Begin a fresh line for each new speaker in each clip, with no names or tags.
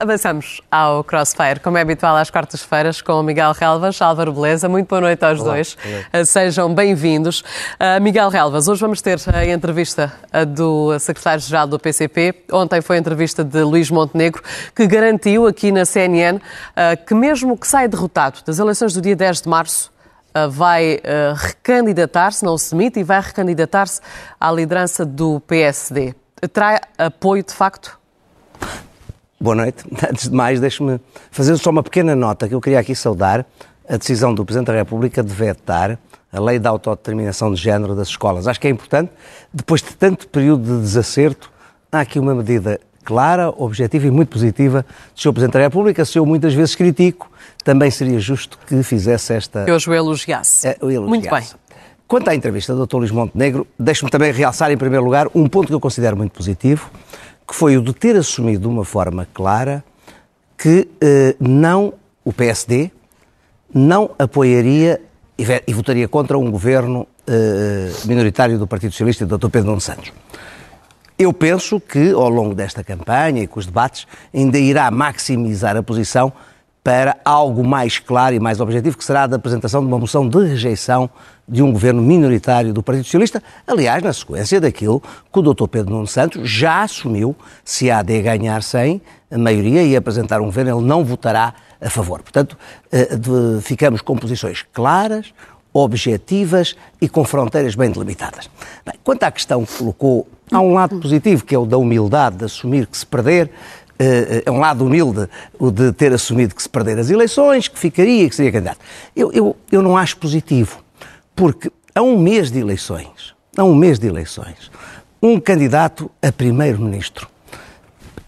Avançamos ao Crossfire, como é habitual às quartas-feiras, com o Miguel Relvas, Álvaro Beleza. Muito boa noite aos dois. Ah, Sejam bem-vindos. Ah, Miguel Relvas, hoje vamos ter a entrevista ah, do secretário-geral do PCP. Ontem foi a entrevista de Luís Montenegro, que garantiu aqui na CNN ah, que, mesmo que saia derrotado das eleições do dia 10 de março, ah, vai ah, recandidatar-se, não se demite, e vai recandidatar-se à liderança do PSD. Terá apoio de facto?
Boa noite. Antes de mais, deixe-me fazer só uma pequena nota que eu queria aqui saudar a decisão do Presidente da República de vetar a lei da autodeterminação de género das escolas. Acho que é importante, depois de tanto período de desacerto, há aqui uma medida clara, objetiva e muito positiva do Sr. Presidente da República. Se eu muitas vezes critico, também seria justo que fizesse esta
Que hoje o elogiasse.
é, o elogiar-se.
Muito bem.
Quanto à entrevista do Dr. Luís Montenegro, deixe-me também realçar, em primeiro lugar, um ponto que eu considero muito positivo, que foi o de ter assumido de uma forma clara que eh, não o PSD não apoiaria e, ve- e votaria contra um governo eh, minoritário do Partido Socialista e do Dr. Pedro Nuno Santos. Eu penso que, ao longo desta campanha e com os debates, ainda irá maximizar a posição para algo mais claro e mais objetivo, que será a da apresentação de uma moção de rejeição de um governo minoritário do Partido Socialista, aliás, na sequência daquilo que o Dr. Pedro Nuno Santos já assumiu, se a AD ganhar sem a maioria e apresentar um governo, ele não votará a favor. Portanto, eh, de- ficamos com posições claras, objetivas e com fronteiras bem delimitadas. Bem, quanto à questão que colocou, há um lado positivo, que é o da humildade, de assumir que se perder, eh, eh, é um lado humilde o de ter assumido que se perder as eleições, que ficaria, que seria candidato. Eu, eu, eu não acho positivo, porque há um mês de eleições, há um mês de eleições, um candidato a primeiro-ministro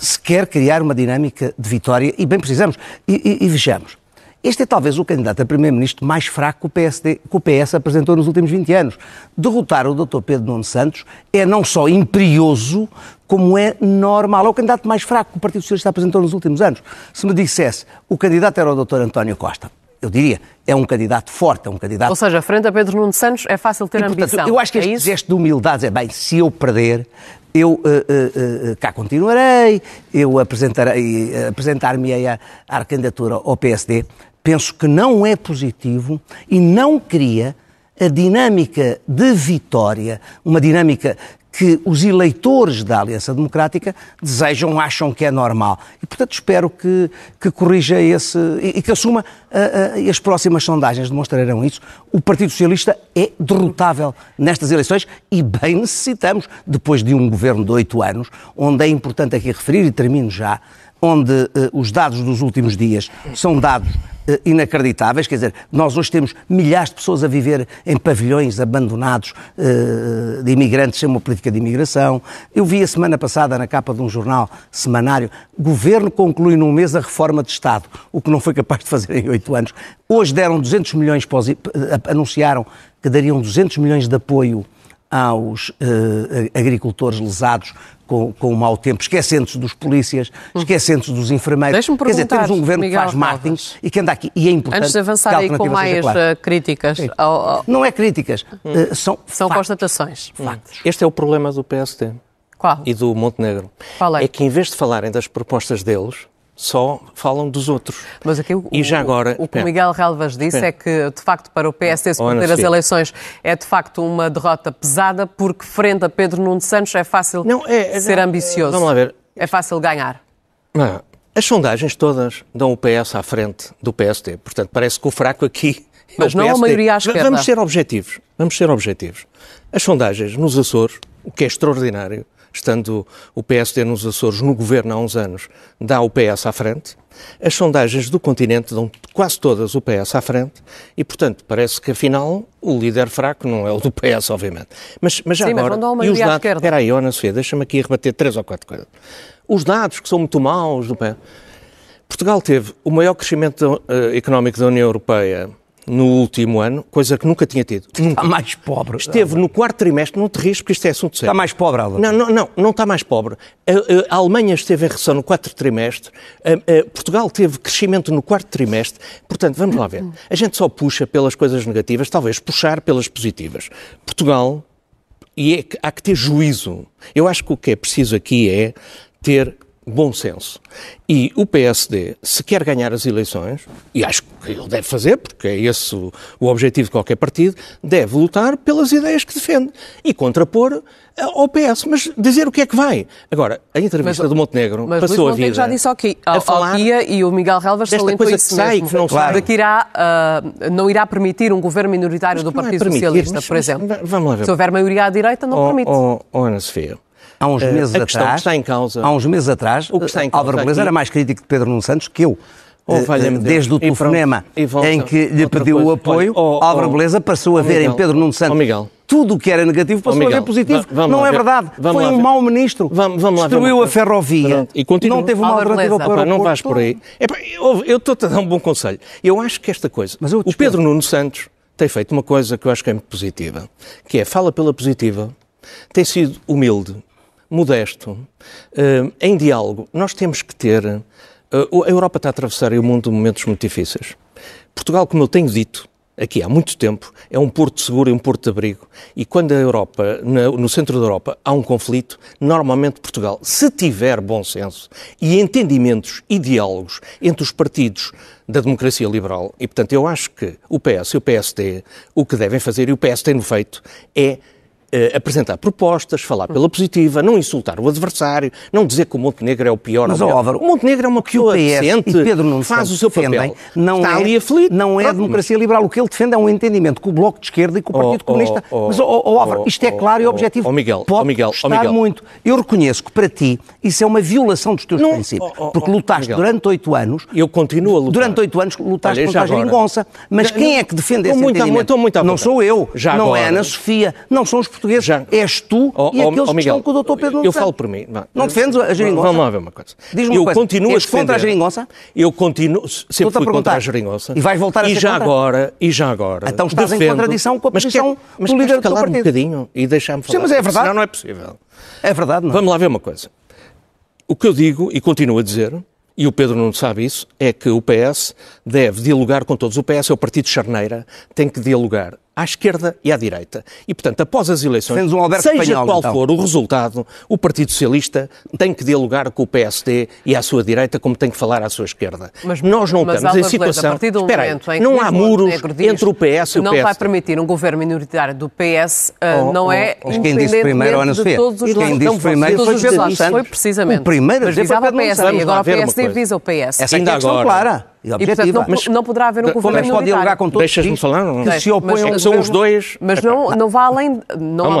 se quer criar uma dinâmica de vitória, e bem precisamos, e, e- e vejamos. Este é talvez o candidato a primeiro-ministro mais fraco que o, PSD, que o PS apresentou nos últimos 20 anos. Derrotar o Dr. Pedro Nuno Santos é não só imperioso, como é normal. É o candidato mais fraco que o Partido Socialista apresentou nos últimos anos. Se me dissesse o candidato era o Dr. António Costa, eu diria, é um candidato forte, é um candidato
Ou seja, frente a Pedro Nuno Santos é fácil ter
e, portanto,
ambição.
eu acho que
é
este
isso?
gesto de humildade é bem, se eu perder, eu eh, eh, eh, cá continuarei, eu apresentarei, eh, apresentar-me-ei à, à candidatura ao PSD, penso que não é positivo e não cria a dinâmica de vitória, uma dinâmica que os eleitores da Aliança Democrática desejam, acham que é normal. E, portanto, espero que, que corrija esse. e, e que assuma. ah, ah, e as próximas sondagens demonstrarão isso. O Partido Socialista é derrotável nestas eleições e bem necessitamos, depois de um governo de oito anos, onde é importante aqui referir, e termino já, onde eh, os dados dos últimos dias são dados eh, inacreditáveis, quer dizer, nós hoje temos milhares de pessoas a viver em pavilhões abandonados eh, de imigrantes sem uma política de imigração. Eu vi a semana passada na capa de um jornal semanário, governo conclui num mês a reforma de Estado, o que não foi capaz de fazer em oito anos. Hoje deram 200 milhões, para os i- eh, anunciaram que dariam 200 milhões de apoio aos eh, agricultores lesados com, com o mau tempo, esquecendo-se dos polícias, esquecendo-se dos enfermeiros.
Hum. Deixa-me
Quer dizer, temos
perguntar,
um governo
Miguel
que faz marketing
Alves.
e que anda aqui. E é importante.
Antes de avançar
que a
aí com
alternativa seja
mais
clara.
eh, críticas,
Sim.
ao- ao-
Não é críticas, eh, são,
são
factos.
constatações.
Este é o problema do PSD
Qual?
e do Montenegro.
Qual é?
que em vez de falarem das propostas deles, só falam dos outros.
Mas aqui o,
E já agora-
o, que o
Espera.
Miguel Relvas disse
Espera.
é que, de facto, para o PSD se
Oh, Ana
perder as
Sofia.
eleições é, de facto, uma derrota pesada, porque frente a Pedro Nuno Santos é fácil
Não, é- é-
ser
não,
ambicioso.
vamos lá ver.
É fácil ganhar.
Ah, As sondagens todas dão o PS à frente do PSD. Portanto, parece que o fraco aqui. é
Mas
o
não há
PSD.
maioria à
V-
esquerda.
Vamos ser objetivos. Vamos ser objetivos. As sondagens nos Açores, o que é extraordinário, estando o PSD nos Açores no governo há uns anos, dá o PS à frente. As sondagens do continente dão quase todas o PS à frente. E, portanto, parece que afinal o líder fraco não é o do PS, obviamente. Mas, mas já
Sim, mas
agora.
não dá uma
e os
maioria à
dados,
esquerda.
Espera aí, Ana Sofia, deixa-me aqui rebater três ou quatro coisas. Os dados que são muito maus do PS. Portugal teve o maior crescimento eh, económico da União Europeia no último ano, coisa que nunca tinha tido. Nunca.
Está mais pobre.
Esteve no quarto trimestre, não te rires porque isto é assunto sério.
Está mais pobre, Álvaro.
Não, não, não, não está mais pobre. A, a- a Alemanha esteve em recessão no quarto trimestre, a- a Portugal teve crescimento no quarto trimestre. Portanto, vamos lá ver. A gente só puxa pelas coisas negativas, talvez puxar pelas positivas. Portugal, e é que há que ter juízo. Eu acho que o que é preciso aqui é ter bom senso. E o PSD, se quer ganhar as eleições, e acho que ele deve fazer, porque é esse o, o objetivo de qualquer partido, deve lutar pelas ideias que defende e contrapor eh, ao PS, mas dizer o que é que vai. Agora, a entrevista
Mas-
do Montenegro
Mas
passou
Luís
a vida
Montenegro já disse ao Kia, ao,
a
ao
falar
Kia e o Miguel Relvas
desta
salientou
coisa
isso
que sai,
mesmo.
que não sai.
De que irá, ah, não irá permitir um governo minoritário
Mas
do
que não é
Partido
permitir,
Socialista,
mas-
por
mas-
exemplo.
va- vamos lá ver.
Se houver maioria à direita, não
Oh,
permite.
oh, oh, Ana Sofia.
Há uns
eh,
meses
a questão
atrás.
que está em causa-
Há uns meses atrás, eh,
O que está em causa
Álvaro Beleza
aqui-
era mais crítico de Pedro Nuno Santos que eu.
Oh,
Eh,
valha-me
eh,
Deus.
Desde o
E pronto.
telefonema
E volta.
em que lhe
Outra
pediu o
coisa.
apoio,
Olha, oh,
Álvaro
oh,
Beleza passou a
oh,
ver em
Miguel.
Pedro Nuno
Oh,
Santos
Miguel. Oh,
tudo o que era negativo passou a
Miguel,
ver positivo.
va- vamos
não
lá
é
ver.
verdade.
Vamos
Foi
lá
um
ver.
mau ministro.
Vamos- vamos lá ver
Destruiu
uma
a
coisa.
ferrovia.
Pronto, e continua.
Não teve uma
Álvaro
alternativa
Beleza.
para o
Pá, não vais
aeroporto.
por aí. Epá, eu eu estou-te a dar um bom conselho. Eu acho que esta coisa.
Mas eu
o
discordo.
Pedro Nuno Santos tem feito uma coisa que eu acho que é muito positiva, que é fala pela positiva, tem sido humilde, modesto, eh, em diálogo. Nós temos que ter. eh, o- a Europa está a atravessar e o mundo momentos muito difíceis. Portugal, como eu tenho dito, aqui há muito tempo, é um porto seguro e um porto de abrigo. E quando a Europa, na- no centro da Europa, há um conflito, normalmente Portugal, se tiver bom senso e entendimentos e diálogos entre os partidos da democracia liberal, e portanto eu acho que o PS e o PSD, o que devem fazer, e o PS tem feito, é eh, apresentar propostas, falar pela positiva, não insultar o adversário, não dizer que o Montenegro é o pior.
Mas,
ou o melhor.
Álvaro,
o Montenegro é uma
que o
pessoa
PS
decente,
e Pedro Nuno
faz
Santos
o seu papel.
defendem não
Está
é,
ali aflito.
Não é a
Pronto, mas-
democracia liberal. O que ele defende é um entendimento com o Bloco de Esquerda e com o
Oh,
Partido
oh,
Comunista.
oh,
Mas, ó ó, Álvaro,
oh,
isto é
oh,
claro e
oh,
objetivo.
oh, Miguel,
Pode
oh, Miguel, oh,
custar
Miguel.
muito. Eu reconheço que para ti isso é uma violação dos teus
Não,
princípios.
oh, oh,
porque
oh,
lutaste
Miguel.
durante oito anos...
Eu continuo a lutar.
Durante oito anos lutaste
Olha, é
contra
já
a
agora.
geringonça. Mas
Não,
quem
não,
é que defende
estou
esse
muito à-
entendimento?
estou muito à
não
vontade.
sou eu,
Já
não é
agora.
Ana Sofia, não são os portugueses.
Já-
És tu
Ó,
e aqueles
ó, ó,
que
Oh, Miguel,
estão com o doutor Pedro Nuno
Eu
Santos.
falo por mim. vá.
Não defendes a geringonça?
Vamos lá ver uma coisa.
Diz-me
eu
uma coisa,
continuo
és
a defender-
contra a geringonça?
Eu continuo, se-
Estou-te a
sempre fui contra
perguntar.
a geringonça.
E vais voltar a
e
ser
já
contra?
agora E já agora.
Então estás em
defendo-
contradição com a
Mas quer-
posição
mas
do
queres
líder do teu
calar um
partido.
bocadinho e deixar-me falar.
Sim, mas é verdade.
Senão não é possível.
É verdade, não é?
Vamos lá ver uma coisa. O que eu digo e continuo a dizer, e o Pedro não sabe isso, é que o PS deve dialogar com todos. O PS é o partido charneira, tem que dialogar à esquerda e à direita. E, portanto, após as eleições,
Defendes um Alberto
seja
Espanhol,
qual
então.
for o resultado, o Partido Socialista tem que dialogar com o PSD e à sua direita, como tem que falar à sua esquerda.
Mas-
nós não
mas,
estamos em
Álvaro Beleza, a
situação...
partir do
Espera aí,
momento em que
não
Luís
há muros
Montenegro diz
entre o PS e o
Não
PSD.
vai permitir um governo minoritário do PS, ah,
Oh,
não é
oh,
Mas quem disse
independentemente
primeiro, Ana
de
Sofia?
todos os lados.
Quem disse
Então,
primeiro
todos
foi
os
Pedro
lados.
Nuno Santos.
Foi precisamente.
O primeiro a
Mas
dizer foi
visava o PSD
Pedro Nuno Santos.
e agora o
Vamos lá ver uma
PSD
coisa.
visa o PS.
Essa é que é
Ainda
a questão
agora.
clara e
E, portanto,
objetiva.
não, não poderá haver um
Mas
Como é
governo
que pode dialogar com
minoritário.
todos
Deixas-me
isto
falar, não?
que se opõem
Mas-
ao
São os
governo?
dois...
Mas não, não vai além,
Vamos lá.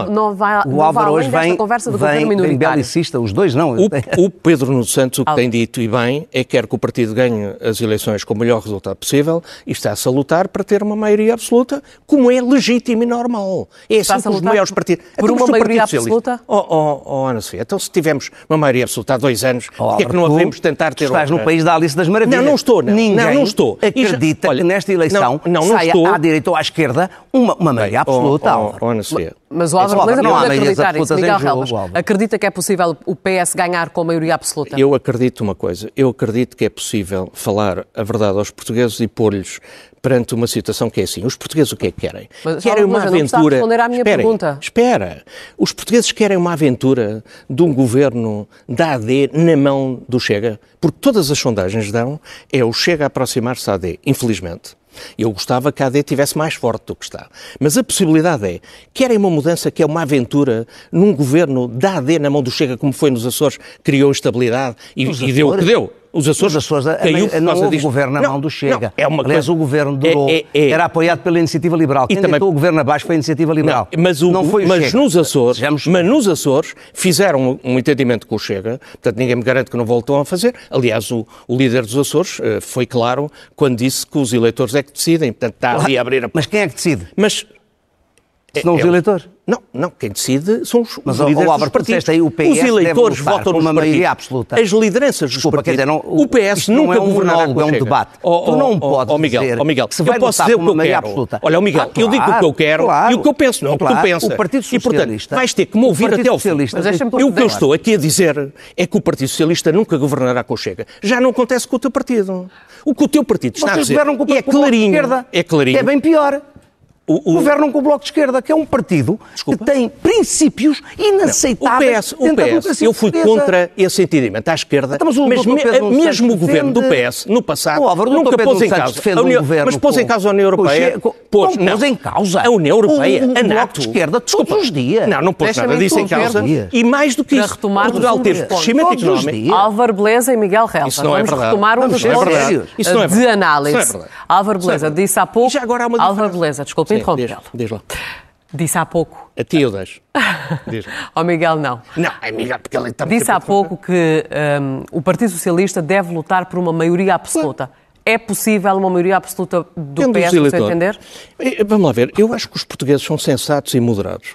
não, não vai, não
O
vai
Álvaro
além
hoje
desta
vem,
conversa do
vem,
governo
vem
minoritário.
belicista, os dois não.
O, o Pedro Nuno Santos, o que tem dito, e bem, é que quer que o partido ganhe as eleições com o melhor resultado possível e está-se a lutar para ter uma maioria absoluta, como é legítimo e normal. É assim
Está-se a
que os
lutar
maiores
por-
partidos...
por uma
mas se o
maioria
Partido Socialista-
absoluta?
Oh, oh, oh, Ana Sofia, então se tivermos uma maioria absoluta há dois anos,
Ó,
Oh,
por que é que não
Álvaro,
devemos
tu
tentar ter
estás
outra?
no país da Alice das Maravilhas.
Não, não estou, não.
Ninguém
Não, não estou. E já-
acredita
olha,
que nesta eleição
não, não, não
saia
estou.
à direita ou à esquerda uma, uma maioria absoluta.
Oh,
Álvaro.
oh, oh, Ana Sofia.
Mas o Álvaro é
Álvaro,
Beleza
não há
pode
meias
acreditar isso.
absolutas em
Miguel
jogo,
Relvas,
Álvaro.
acredita que é possível o PS ganhar com maioria absoluta?
Eu acredito uma coisa, eu acredito que é possível falar a verdade aos portugueses e pôr-lhes perante uma situação que é assim. Os portugueses o que é que querem?
Mas,
querem
Álvaro
uma
Beleza, não está a
aventura.
responder à minha
Espera aí,
pergunta.
Espera. Os portugueses querem uma aventura de um governo da AD na mão do Chega, porque todas as sondagens dão é o Chega a aproximar-se da AD, infelizmente. Eu gostava que a AD tivesse mais forte do que está. Mas a possibilidade é, querem uma mudança que é uma aventura num governo da AD na mão do Chega, como foi nos Açores, criou estabilidade e,
Os
e deu o que
Açores-
deu. Os Açores,
Os Açores a-
caiu
a-
por
não
causa
houve
disto.
governo na
Não,
mão do Chega.
não, é uma
Aliás,
coisa-
o governo
É-
durou.
é- é-
Era apoiado pela Iniciativa Liberal. Quem
também-
deitou o governo abaixo foi a Iniciativa Liberal.
Não, Oh, mas, o-
não foi o
mas
Chega.
nos Açores,
Sejamos-
mas nos Açores fizeram um entendimento com o Chega, portanto ninguém me garante que não voltam a fazer. Aliás, o, o líder dos Açores eh, foi claro quando disse que os eleitores é que decidem, portanto está ali a abrir a...
Mas quem é que decide?
Mas
Se não os
é-
eleitores.
não, não, quem decide são os,
Mas,
os líderes
ó,
dos
Álvaro,
partidos.
protesta aí, o PS
os eleitores
deve lutar
votam
por uma
nos
maioria
partidos.
absoluta.
As lideranças dos
Desculpa, quer
partidos.
dizer, não-
o, PS
isto não
nunca
é um
governará
monólogo,
com o
é um
Chega.
debate.
Oh,
Tu
oh,
não
oh,
podes
oh, Miguel,
dizer
oh, Miguel,
que se vai
eu posso
lutar
dizer
por
o que eu
uma maioria
quero.
absoluta.
Olha, o Miguel,
Ah,
eu digo o que
claro,
eu quero
claro.
e o que eu penso, não é o que
Claro,
tu pensas.
o Partido
e, portanto,
Socialista-
vais ter que me
o
ouvir
Partido
até ao fim.
Socialista-
Mas deixa-me
Eu o que eu
concluir.
estou aqui a dizer é que o Partido Socialista nunca governará com o Chega. Já não acontece com o teu partido. O que o teu partido está a
Vocês
dizer
governam com o
e é
Bloco de
clarinho,
Esquerda.
é clarinho
É bem pior. O, o... Governam com o Bloco de Esquerda, que é um partido
Desculpa?
que tem princípios inaceitáveis. dentro da
o PS, o PS
democracia
eu fui
portuguesa.
contra esse entendimento à esquerda,
Então, mas o Dr.
me-
Pedro Nuno
mesmo o
Santos
governo do
defende-
PS, no passado,
Ó, Álvaro, o Dr.
nunca
Pedro
pôs em
Santos
causa.
defende
a
um
União-
governo
mas pôs
com-
em causa a União
com
Europeia.
che- com-
pôs,
não pôs em causa.
A União Europeia,
O- o- o
a
Bloco
NATO.
de Esquerda, todos
Desculpa.
os dias.
Não, não pôs
Deixa-me
nada disso em
interromper.
causa.
Todos os dias.
E mais do que
Para
isso,
retomarmos
Portugal
um
teve
ponto.
crescimento
Todos os
económico.
dias.
Álvaro Beleza e Miguel Relva.
Isso não é
Vamos
verdade.
retomar um
Não,
dos
isso não é
pontos
verdade. Isso não é
de
verdade.
análise.
Isso não é verdade.
Álvaro
Isso não é
Beleza
verdade.
disse há pouco.
E já agora há uma
Álvaro
diferença.
Beleza, desculpa
Sim, diz,
interrompê-lo.
diz lá.
Disse há pouco.
A ti eu deixo. Diz lá.
Ao Miguel, não.
Não, amiga, porque ele é está
Disse há pouco que hum, o Partido Socialista deve lutar por uma maioria absoluta. É possível uma maioria absoluta do
Depende
PS,
dos
por seu
eleitores.
entender?
Eh, Vamos lá ver, eu acho que os portugueses são sensatos e moderados.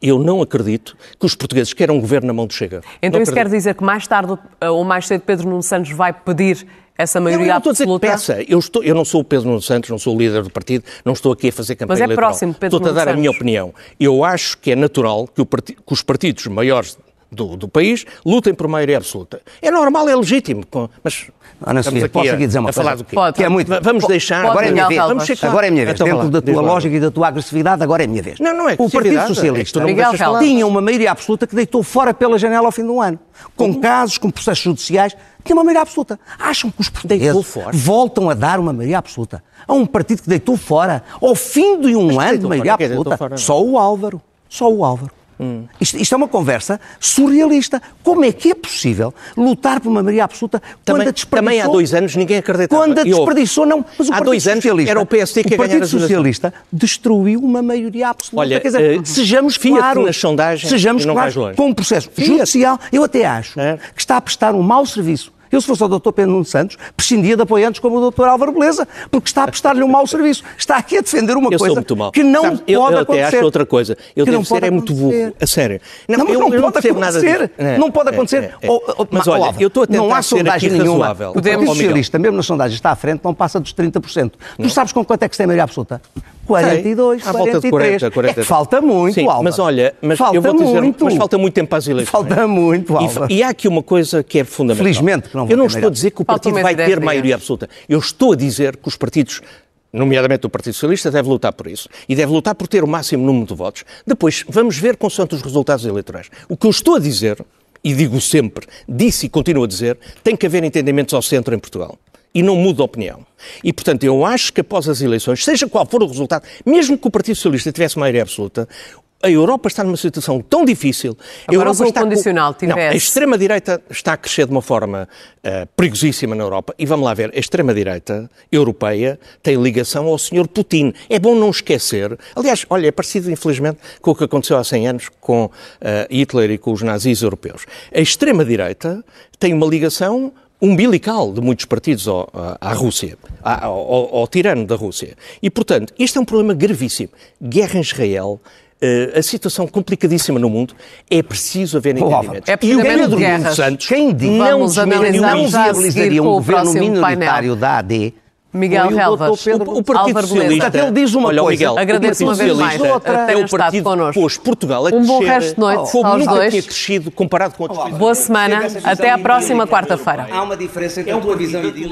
Eu não acredito que os portugueses queiram um governo na mão do Chega.
Então
Não
isso
acredito.
quer dizer que mais tarde uh, ou mais cedo Pedro Nuno Santos vai pedir essa
Eu
maioria
não estou a dizer que
absoluta?
peça. Eu, estou, eu não sou o Pedro Nuno Santos, não sou o líder do partido, não estou aqui a fazer campanha
Mas é
eleitoral.
próximo, Pedro
Estou-te a
Nuno
dar a minha
Santos.
opinião. Eu acho que é natural que, o parti- que os partidos maiores do, do país lutem por maioria absoluta. É normal, é legítimo, com- mas
Ana
estamos
Sofia, Ah, posso
a,
aqui dizer uma
a
coisa?
falar do quê?
Pode.
Que é muito.
Va- Vamos deixar...
pode
Agora é
Miguel
minha vez.
Calvas.
Vamos deixar-
Agora é minha vez.
Então vá
Dentro
lá,
da
diz
tua
lá.
lógica e da tua agressividade, agora é minha vez.
Não, não é
O
agressividade,
Partido
é que tu
Socialista
não me
Miguel
deixas falar.
Caldas.
tinha uma maioria absoluta que deitou fora pela janela ao fim do ano. Com casos, com processos judiciais, tinha uma maioria absoluta. Acham que os
Deitou
portugueses
fora?
voltam a dar uma maioria absoluta a um partido que deitou fora ao fim de um ano de
deitou
maioria
fora, quem deitou
absoluta?
fora, não? Hum.
Só o Álvaro. Só o Álvaro. Isto, isto é uma conversa surrealista. Como é que é possível lutar por uma maioria absoluta quando a
Também,
desperdiçou?
também há dois anos ninguém acreditava.
Quando a
E houve.
desperdiçou, não. Mas o
há
Partido
dois anos
Socialista,
era o PSD que
o
ia ganhar
Partido
as eleições.
Socialista destruiu uma maioria absoluta.
Olha,
Quer dizer,
eh,
sejamos
Fiat
claros.
nas sondagens
sejamos
e não
claros,
vais longe.
com um processo judicial, eu até acho
É.
que está a prestar um mau serviço. Eu, se fosse ao Dr. Pedro Nuno Santos, prescindia de apoiantes como o Dr. Álvaro Beleza, porque está a prestar-lhe um mau serviço. Está aqui a defender uma
Eu sou
coisa
muito mal.
que não
Sabes,
pode
eu, eu
acontecer.
até acho outra coisa. Eu
Que
devo
não
ser
pode
é muito
acontecer.
burro. A sério.
Não, mas
eu,
não
eu
pode
percebo
acontecer.
disso. É,
Não pode
é,
acontecer.
é, é.
Oh, oh,
mas
oh,
olha,
Álvaro,
eu estou a tentar
não há
ser aqui
sondagem nenhuma.
razoável.
O Partido
Ó, Miguel.
Socialista, mesmo nas sondagens, está à frente, não passa dos 30%. Tu sabes com quanto é que se tem maioria absoluta? 42,
À volta de
43.
40, 40.
É que falta muito,
Sim,
Álvaro.
Mas olha, mas
falta
eu vou dizer,
muito.
mas falta muito tempo às eleições. é?
Falta muito,
E-
Álvaro.
E, há aqui uma coisa que é fundamental.
Felizmente que não vai
Eu não
ter
estou a
maioria.
dizer que o
Faltam
partido vai
menos de dez
ter maioria
dias.
absoluta. Eu estou a dizer que os partidos nomeadamente o Partido Socialista, deve lutar por isso. E deve lutar por ter o máximo número de votos. Depois, vamos ver consoante os resultados eleitorais. O que eu estou a dizer, e digo sempre, disse e continuo a dizer, tem que haver entendimentos ao centro em Portugal. E não muda a opinião. E, portanto, eu acho que após as eleições, seja qual for o resultado, mesmo que o Partido Socialista tivesse maioria absoluta, a Europa está numa situação tão difícil. a
Agora,
Europa
se o
está com-
condicional
Não, a
tivesse-
a extrema-direita está a crescer de uma forma eh, perigosíssima na Europa. E vamos lá ver, a extrema-direita europeia tem ligação ao Sr. Putin. É bom não esquecer. Aliás, olha, é parecido, infelizmente, com o que aconteceu há 100 anos com eh, Hitler e com os nazis europeus. A extrema-direita tem uma ligação umbilical de muitos partidos ao- à- à Rússia, à- ao, ao- ao tirano da Rússia. E, portanto, este é um problema gravíssimo. Guerra em Israel... eh, a situação complicadíssima no mundo é preciso haver entendimentos.
É
E o
precisamente
Pedro Nuno
guerras.
Santos,
Quem diz?
não
Vamos analisar
desmeriu-
não
já a seguir
viabilizaria
com
um
o
governo
próximo
minoritário da AD.
Miguel
Foi o Dr.
Relvas.
Pedro-
o Partido
Álvaro Beleza.
Socialista
Portanto, ele diz uma
Olha, o
coisa,
Miguel,
Agradeço
o
uma
Partido
vez mais
Socialista
por
é
terem
o
estado
partido que
connosco.
pôs Portugal a
Um bom
crescer,
resto de noite
como
aos
nunca
dois.
tinha crescido comparado com outros países.
Boa semana. Até à próxima quarta-feira.
É um
Há uma diferença entre a tua visão e